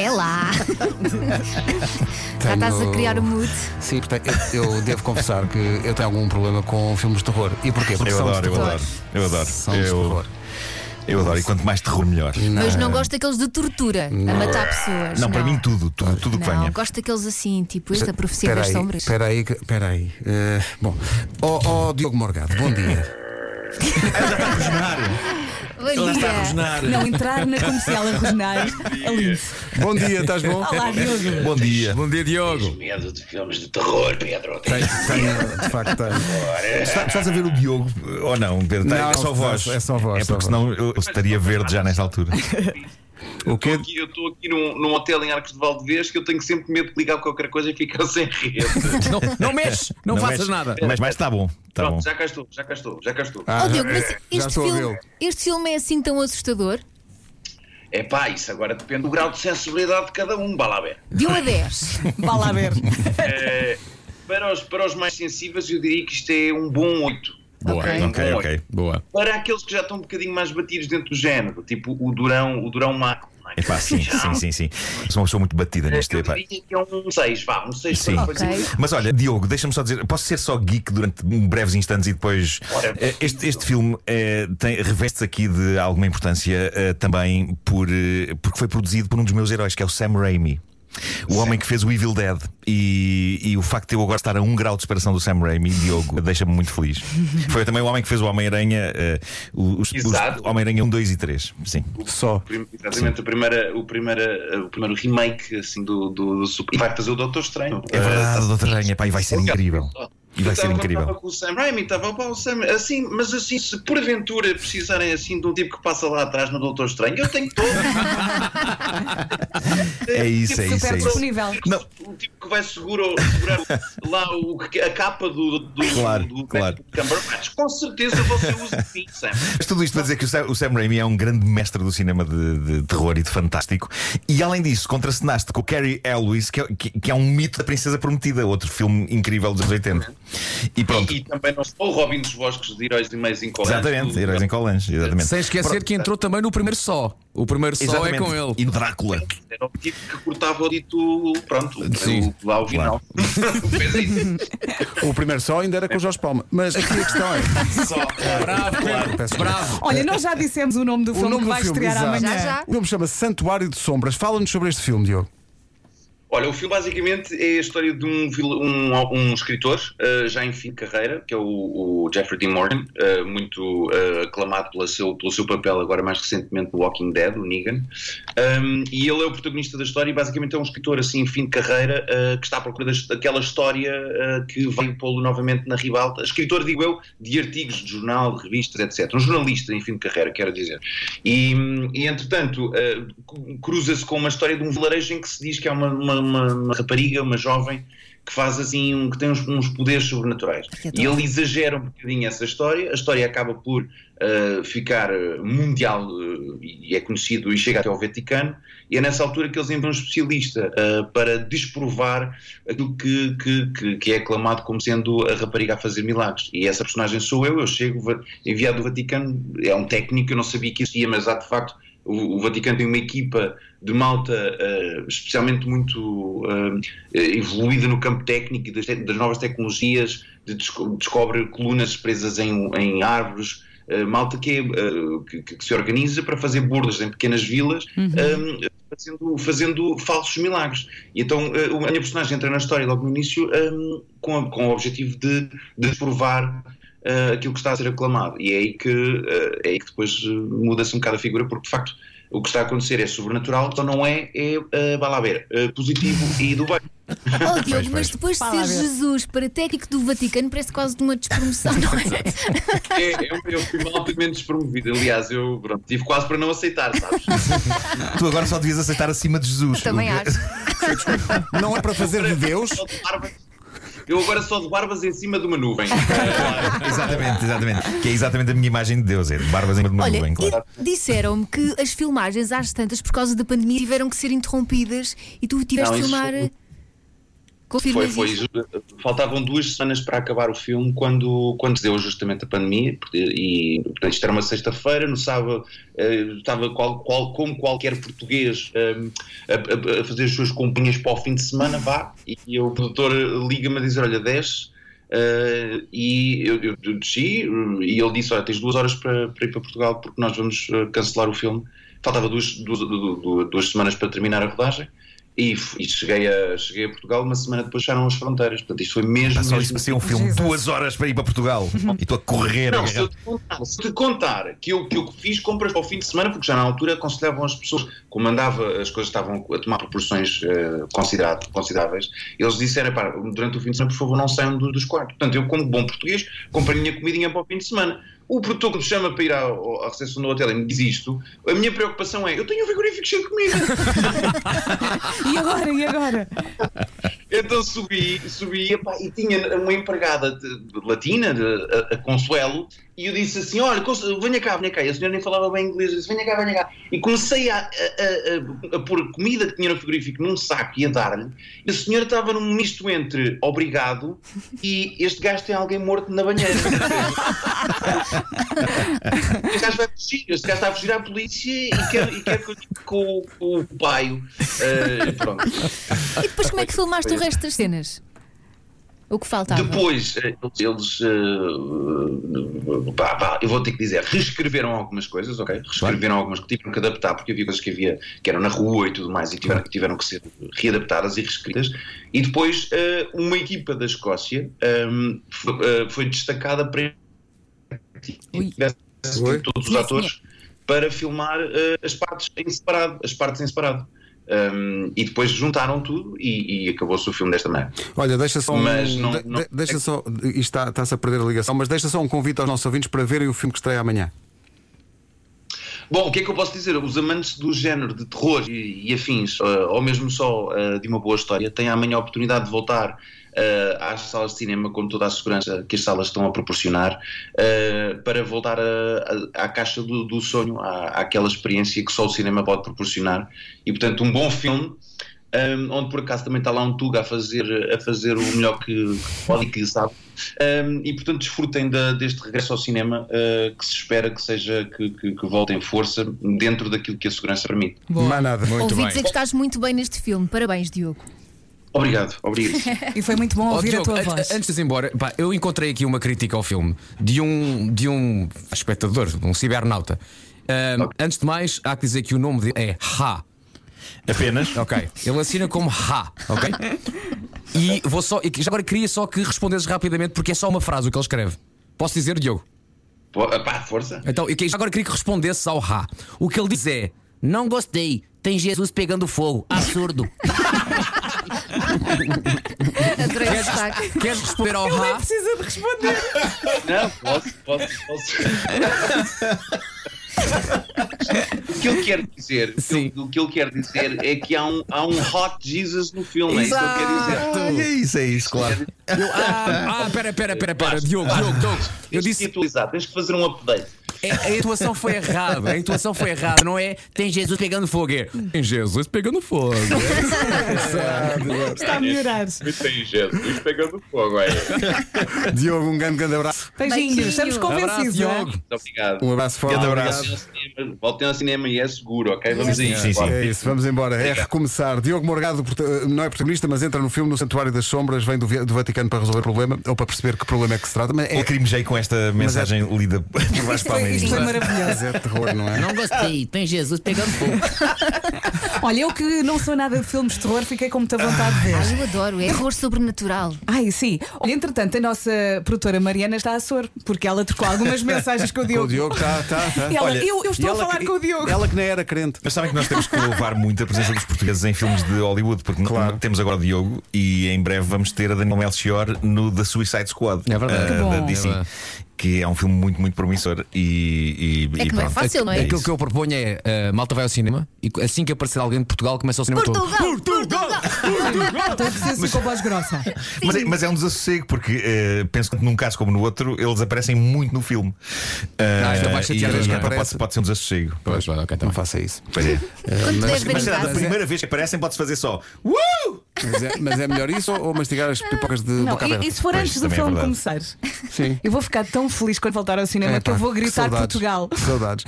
É lá. Já estás a criar o mood. Sim, portanto, eu, eu devo confessar que eu tenho algum problema com filmes de terror. E porquê? Porque Eu são adoro, de eu terror. adoro. Eu adoro. São de Eu, terror. eu adoro. E quanto mais terror, melhor. Mas não gosto daqueles de tortura a matar pessoas. Não, para mim tudo, tudo, tudo o que Não, venha. gosto daqueles assim, tipo esta profecia Espera das aí, sombras. espera aí, que- espera aí. Eh, bom, ó ó, Diogo Morgado, bom dia. Bom dia. Não entrar na comercial a rosnar é lindo. Bom dia, estás bom? Olá, Diogo. Bom dia. Bom dia, Diogo. medo Tipo, de filmes de terror, Pedro. Tenho, tenho, de facto, tenho. Está- Estás a ver o Diogo ou não, Pedro? Tá- Não, é só não, voz. é só voz, É porque só voz. senão eu eu estaria verde já nesta altura. O quê? Eu estou aqui num, num hotel em Arcos de Valdevez que eu tenho sempre medo de ligar qualquer coisa e ficar sem rede. Tá Não, não mexe, não, faças mas- nada. Mas mas está bom, está bom. Pronto, já cá estou, já cá estou, já cá estou. Ah, Oh, Diogo, já- mas já este estou a filme, vê-lo. este filme é assim tão assustador? É pá, isso agora depende do grau de sensibilidade de cada um, vá lá ver. De 1 a 10. Vá lá ver. Eh, para, os, para os mais sensíveis, eu diria que isto é um bom 8. Boa, Ok. Ok, ok. boa. Para aqueles que já estão um bocadinho mais batidos dentro do género, tipo o Durão, o Durão Marco. não é? É pá, sim, sim, sim, sim. Sou uma pessoa muito batida neste. Eu epá. diria que é um 6, vá, um 6 Sim. para Ok. Mas olha, Diogo, deixa-me só dizer, posso ser só geek durante breves instantes e depois. Ora. Eh, Este, este filme eh, tem- reveste-se aqui de alguma importância eh, também por, eh, porque foi produzido por um dos meus heróis, que é o Sam Raimi. O homem que fez o Evil Dead e, e o facto de eu agora estar a um grau de separação do Sam Raimi, Diogo, deixa-me muito feliz. Foi também o homem que fez o Homem-Aranha, eh, os, os- Exato. Homem-Aranha 1, 2 e 3. Sim. Só. Prim- Exatamente, o primeiro, o, primeiro, o primeiro remake assim, do, do, do Super. E vai fazer o Doutor Estranho. É verdade, Doutor Aranha, pá, e vai ser incrível. E vai Eu ser tava- incrível. tava com o Sam Raimi, estava com o Sam, assim, mas assim, se porventura precisarem assim de um tipo que passa lá atrás no Doutor Estranho, eu tenho todo. É isso, é isso, Tipo Super é isso. disponível. Não. O tipo que vai seguro, segurar lá o, a capa do, do, Claro, do, do claro. Cumberbatch. Com certeza você usa sim, Sam. Mas tudo isto para dizer que o Sam, o Sam Raimi é um grande mestre do cinema de, de terror e de fantástico. E além disso, contracenaste com o Carrie Elwes, que é, que, que é um mito da Princesa Prometida, outro filme incrível dos anos 80. E pronto. E, e também não sou o Robin dos Bosques de Heróis de Meios Incolantes. Exatamente, Heróis em Colange, exatamente. Sem esquecer que entrou também no primeiro só. O primeiro só Exatamente. é com ele. E no Drácula. Era o tipo que cortava o dito, pronto, Sim, o, lá o final. Fez isso. O primeiro só ainda era com o Jorge Palma. Mas aqui a questão é. Bravo, Peço bravo. Olha, nós já dissemos o nome do filme que vai estrear exato. Já, amanhã. já. O filme chama Santuário de Sombras. Fala-nos sobre este filme, Diogo. Olha, o filme basicamente é a história de um, vil- um- um escritor, eh, já em fim de carreira, que é o, o Jeffrey Dean Morgan, eh, muito eh, aclamado pela seu- pelo seu papel agora mais recentemente no Walking Dead, o Negan. Um, e ele é o protagonista da história e basicamente é um escritor assim em fim de carreira eh, que está à procura das- daquela história eh, que vai pô-lo novamente na ribalta. Escritor, digo eu, de artigos de jornal, de revistas, etc. Um jornalista em fim de carreira, quero dizer. E, hum, e, entretanto, eh, cu- cruza-se com uma história de um vilarejo em que se diz que há uma, uma- uma- uma rapariga, uma jovem, que faz assim, um- que tem uns, uns poderes sobrenaturais. Que E ele exagera um bocadinho essa história, a história acaba por eh, ficar eh, mundial eh, e é conhecido e chega até ao Vaticano, e é nessa altura que eles enviam um especialista eh, para desprovar aquilo que, que, que- que é aclamado como sendo a rapariga a fazer milagres. E essa personagem sou eu, eu chego va- enviado do Vaticano, é um técnico, eu não sabia que isso ia, mas há de facto. O o Vaticano tem uma equipa de malta eh, especialmente muito eh, evoluída no campo técnico e das, te- das novas tecnologias, de desco- descobre colunas presas em, em árvores, eh, malta que, é, eh, que- que se organiza para fazer burlas em pequenas vilas, eh, fazendo, fazendo falsos milagres. E então eh, a minha personagem entra na história logo no início eh, com, a- com o objetivo de, de provar eh, aquilo que está a ser aclamado. E é aí que, eh, é aí que depois eh, muda-se um bocado a figura, porque de facto o que está a acontecer é sobrenatural, então não é, é eh, vá lá ver, eh, positivo e do bem. Oh, Diogo, mas depois de Fala, ser Vera. Jesus para técnico do Vaticano, parece quase de uma despromoção, não é? É, eu, eu fui altamente despromovido. Aliás, eu pronto, tive quase para não aceitar, sabes? Tu agora só devias aceitar acima de Jesus. Também O que- acho. Não é para fazer de Deus. Só de barbas. Eu agora só de barbas em cima de uma nuvem. Exatamente, exatamente. Que é exatamente a minha imagem de Deus, é de barbas em cima de uma Olha, nuvem, claro. e disseram-me que as filmagens às tantas, por causa da pandemia, tiveram que ser interrompidas e tu tiveste Não, de isso filmar. foi- Foi, Confirmas foi, isso? ju- faltavam duas semanas para acabar o filme quando, quando se deu justamente a pandemia e portanto isto era uma sexta-feira, no sábado eh, estava qual, qual- como qualquer português eh, a, a- a fazer as suas comprinhas para o fim de semana, vá, e o produtor liga-me a dizer, olha, desce eh, e eu, eu- eu desci eh, e ele disse, olha, tens duas horas para, para ir para Portugal porque nós vamos eh, cancelar o filme. Faltava duas, duas, du- du- duas semanas para terminar a rodagem. E, f- e cheguei, a, cheguei a Portugal uma semana depois fecharam as fronteiras. Portanto, isto foi mesmo. Pá, só isso mesmo- para ser um filme, Jesus. duas horas para ir para Portugal e estou a correr. Não, a- se eu te contar, se te contar que eu, que eu fiz compras para o fim de semana, porque já na altura aconselhavam as pessoas, como andava, as coisas estavam a tomar proporções eh, considera- consideráveis, eles disseram, "Pá, durante o fim de semana, por favor, não saiam do- dos quartos. Portanto, eu, como bom português, comprei a minha comidinha para o fim de semana. O produtor que me chama para ir à, à recepção do hotel e me diz isto, a minha preocupação é, eu tenho um frigorífico cheio de comida. E agora? E agora? Então subi, subi epá, e tinha uma empregada de- de latina, de, a, a Consuelo, e eu disse assim: Olha, Consuelo, venha cá, venha cá. E a senhora nem falava bem inglês, eu disse: Venha cá, venha cá. E comecei a, a, a- a- a pôr comida que tinha no frigorífico num saco e a dar-lhe. E a senhora estava num misto entre obrigado e este gajo tem alguém morto na banheira. este gajo vai fugir, este gajo está a fugir à polícia e quer, e quer que eu fique com, com o paio. Eh, pronto. E depois como é que filmaste o resto das cenas? O que faltava? Depois, eh, eles. eh, pá, pá, eu vou ter que dizer, reescreveram algumas coisas, ok? Reescreveram algumas que tiveram que adaptar, porque havia coisas que havia que eram na rua e tudo mais, e tiveram, tiveram que ser readaptadas e reescritas. E depois, eh, uma equipa da Escócia ehm, foi, eh, foi destacada para Ui. tivesse Oi? todos os Sim, atores para filmar eh, as partes em separado, as partes em separado. Ehm, e depois juntaram tudo e, e acabou-se o filme desta maneira. Olha, deixa só. um- Mas não- de- não- de- deixa só. Isto está- está-se a perder a ligação, mas deixa só um convite aos nossos ouvintes para verem o filme que estreia amanhã. Bom, o que é que eu posso dizer? Os amantes do género de terror e, e afins, eh, ou mesmo só eh, de uma boa história, têm amanhã a oportunidade de voltar eh, às salas de cinema com toda a segurança que as salas estão a proporcionar, eh, para voltar a- a- à caixa do, do sonho, à, àquela experiência que só o cinema pode proporcionar. E, portanto, um bom filme. Um, onde por acaso também está lá um Tuga a fazer, a fazer o melhor que, que pode e que sabe. Um, e portanto desfrutem da- deste regresso ao cinema uh, que se espera que seja que, que, que volte em força dentro daquilo que a segurança permite. Mais nada. Muito Ouvi bem. é dizer que estás muito bem neste filme. Parabéns, Diogo. Obrigado, obrigado. E foi muito bom Ó, ouvir a Diogo, tua an- voz. Antes de ir embora, pá, eu encontrei aqui uma crítica ao filme de um, de um espectador, um cibernauta. Ahm, Antes de mais, há que dizer que o nome dele é Ha. Apenas. Ok. Ele assina como Ha, ok? E vou só. e já agora queria só que respondesses rapidamente, porque é só uma frase o que ele escreve. Posso dizer, Diogo? Pô, ah, Pá, força. Então, eu que- agora queria que respondesse ao Ra. O que ele diz é: Não gostei, tem Jesus pegando fogo, absurdo. Adorei o destaque. Queres responder ao Ra? Precisa de responder. Não, posso, posso, posso. o que ele quer dizer, o que Sim. ele- o que ele quer dizer é que há um, há um hot Jesus no filme, é isso que ele quer dizer. Ah, é isso, é isso, claro. Eu- ah, ah, pera, pera, pera, pera, Diogo, Diogo, Diogo. Eu Tens que disse: atualizar, tens que fazer um update. é, A intuação foi errada, a intuação foi errada, não é? Tem Jesus pegando fogo. é, Tem Jesus pegando fogo. Está a melhorar. Tem Jesus pegando fogo, é. Muito Diogo, um grande, grande abraço. Beijinhos. Estamos Abraço, convencidos. não é? Diogo. obrigado. Um abraço forte. Grande abraço. Voltem ao cinema- Voltem ao cinema e é seguro, ok? Vamos a isso. Sim, sim. É isso, vamos embora. É recomeçar. Diogo Morgado porta- não é protagonista, mas entra no filme no Santuário das Sombras, vem do, Vi- do Vaticano para resolver o problema, ou para perceber que problema é que se trata. Mas é, Eu crimejei com esta mensagem lida por Vasco Foi- Isto foi Palmeirinho. maravilhoso. mas é terror, não é? Não gostei, tem Jesus pegando fogo. Olha, eu que não sou nada de filmes de terror, fiquei com muita vontade de ver. Ai, eu adoro. É terror sobrenatural. Ai, sim. Olha, entretanto, a nossa produtora Mariana está a sor, porque ela trocou algumas mensagens com o Com Diogo. o Diogo tá. está, está, está. E ela, Olha, eu, eu estou E a ela falar que- com o Diogo. Ela que nem era crente. Mas sabem que nós temos que louvar muito a presença dos portugueses em filmes de Hollywood, porque n- Claro. n- temos agora o Diogo e em breve vamos ter a Daniel Melchior no The Suicide Squad. É verdade. ah, Que bom. da DC, É verdade. que é um filme muito, muito promissor e, e- É e que não é pronto. fácil, não é? isso. Aquilo que eu proponho é: eh, malta vai ao cinema e assim que aparecer alguém de Portugal, começa o cinema todo. Portugal! Estou a dizer assim com voz grossa. Mas é, mas é um desassossego, porque eh, penso que num caso como no outro, eles aparecem muito no filme. Ah, Ah, então vai chatear as e acho que que pode, aparecem. pode ser um desassossego. Pois, vai, ok, tá Não bem. faça isso. Pois é. Quando tu és Mas será da verificado. primeira vez que aparecem, pode-se fazer só. Uh! Mas é, mas é melhor isso ou, ou mastigar as pipocas de Não, boca e- aberta? e, se for Pois, antes do também é filme verdade. começar? Sim. Eu vou ficar tão feliz quando voltar ao cinema É, que eu pá, vou que gritar saudades, Portugal. que Saudades.